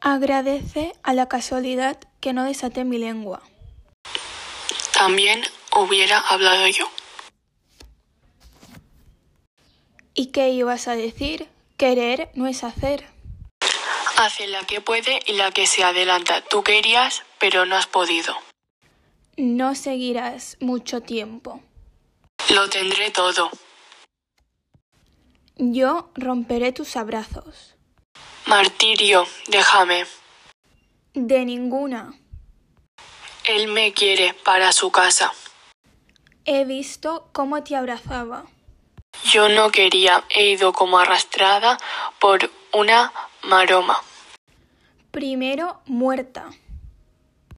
Agradece a la casualidad que no desaté mi lengua. También hubiera hablado yo. ¿Y qué ibas a decir? Querer no es hacer. Hace la que puede y la que se adelanta. Tú querías, pero no has podido. No seguirás mucho tiempo. Lo tendré todo. Yo romperé tus abrazos. Martirio, déjame. De ninguna. Él me quiere para su casa. He visto cómo te abrazaba. Yo no quería, he ido como arrastrada por una maroma. Primero muerta.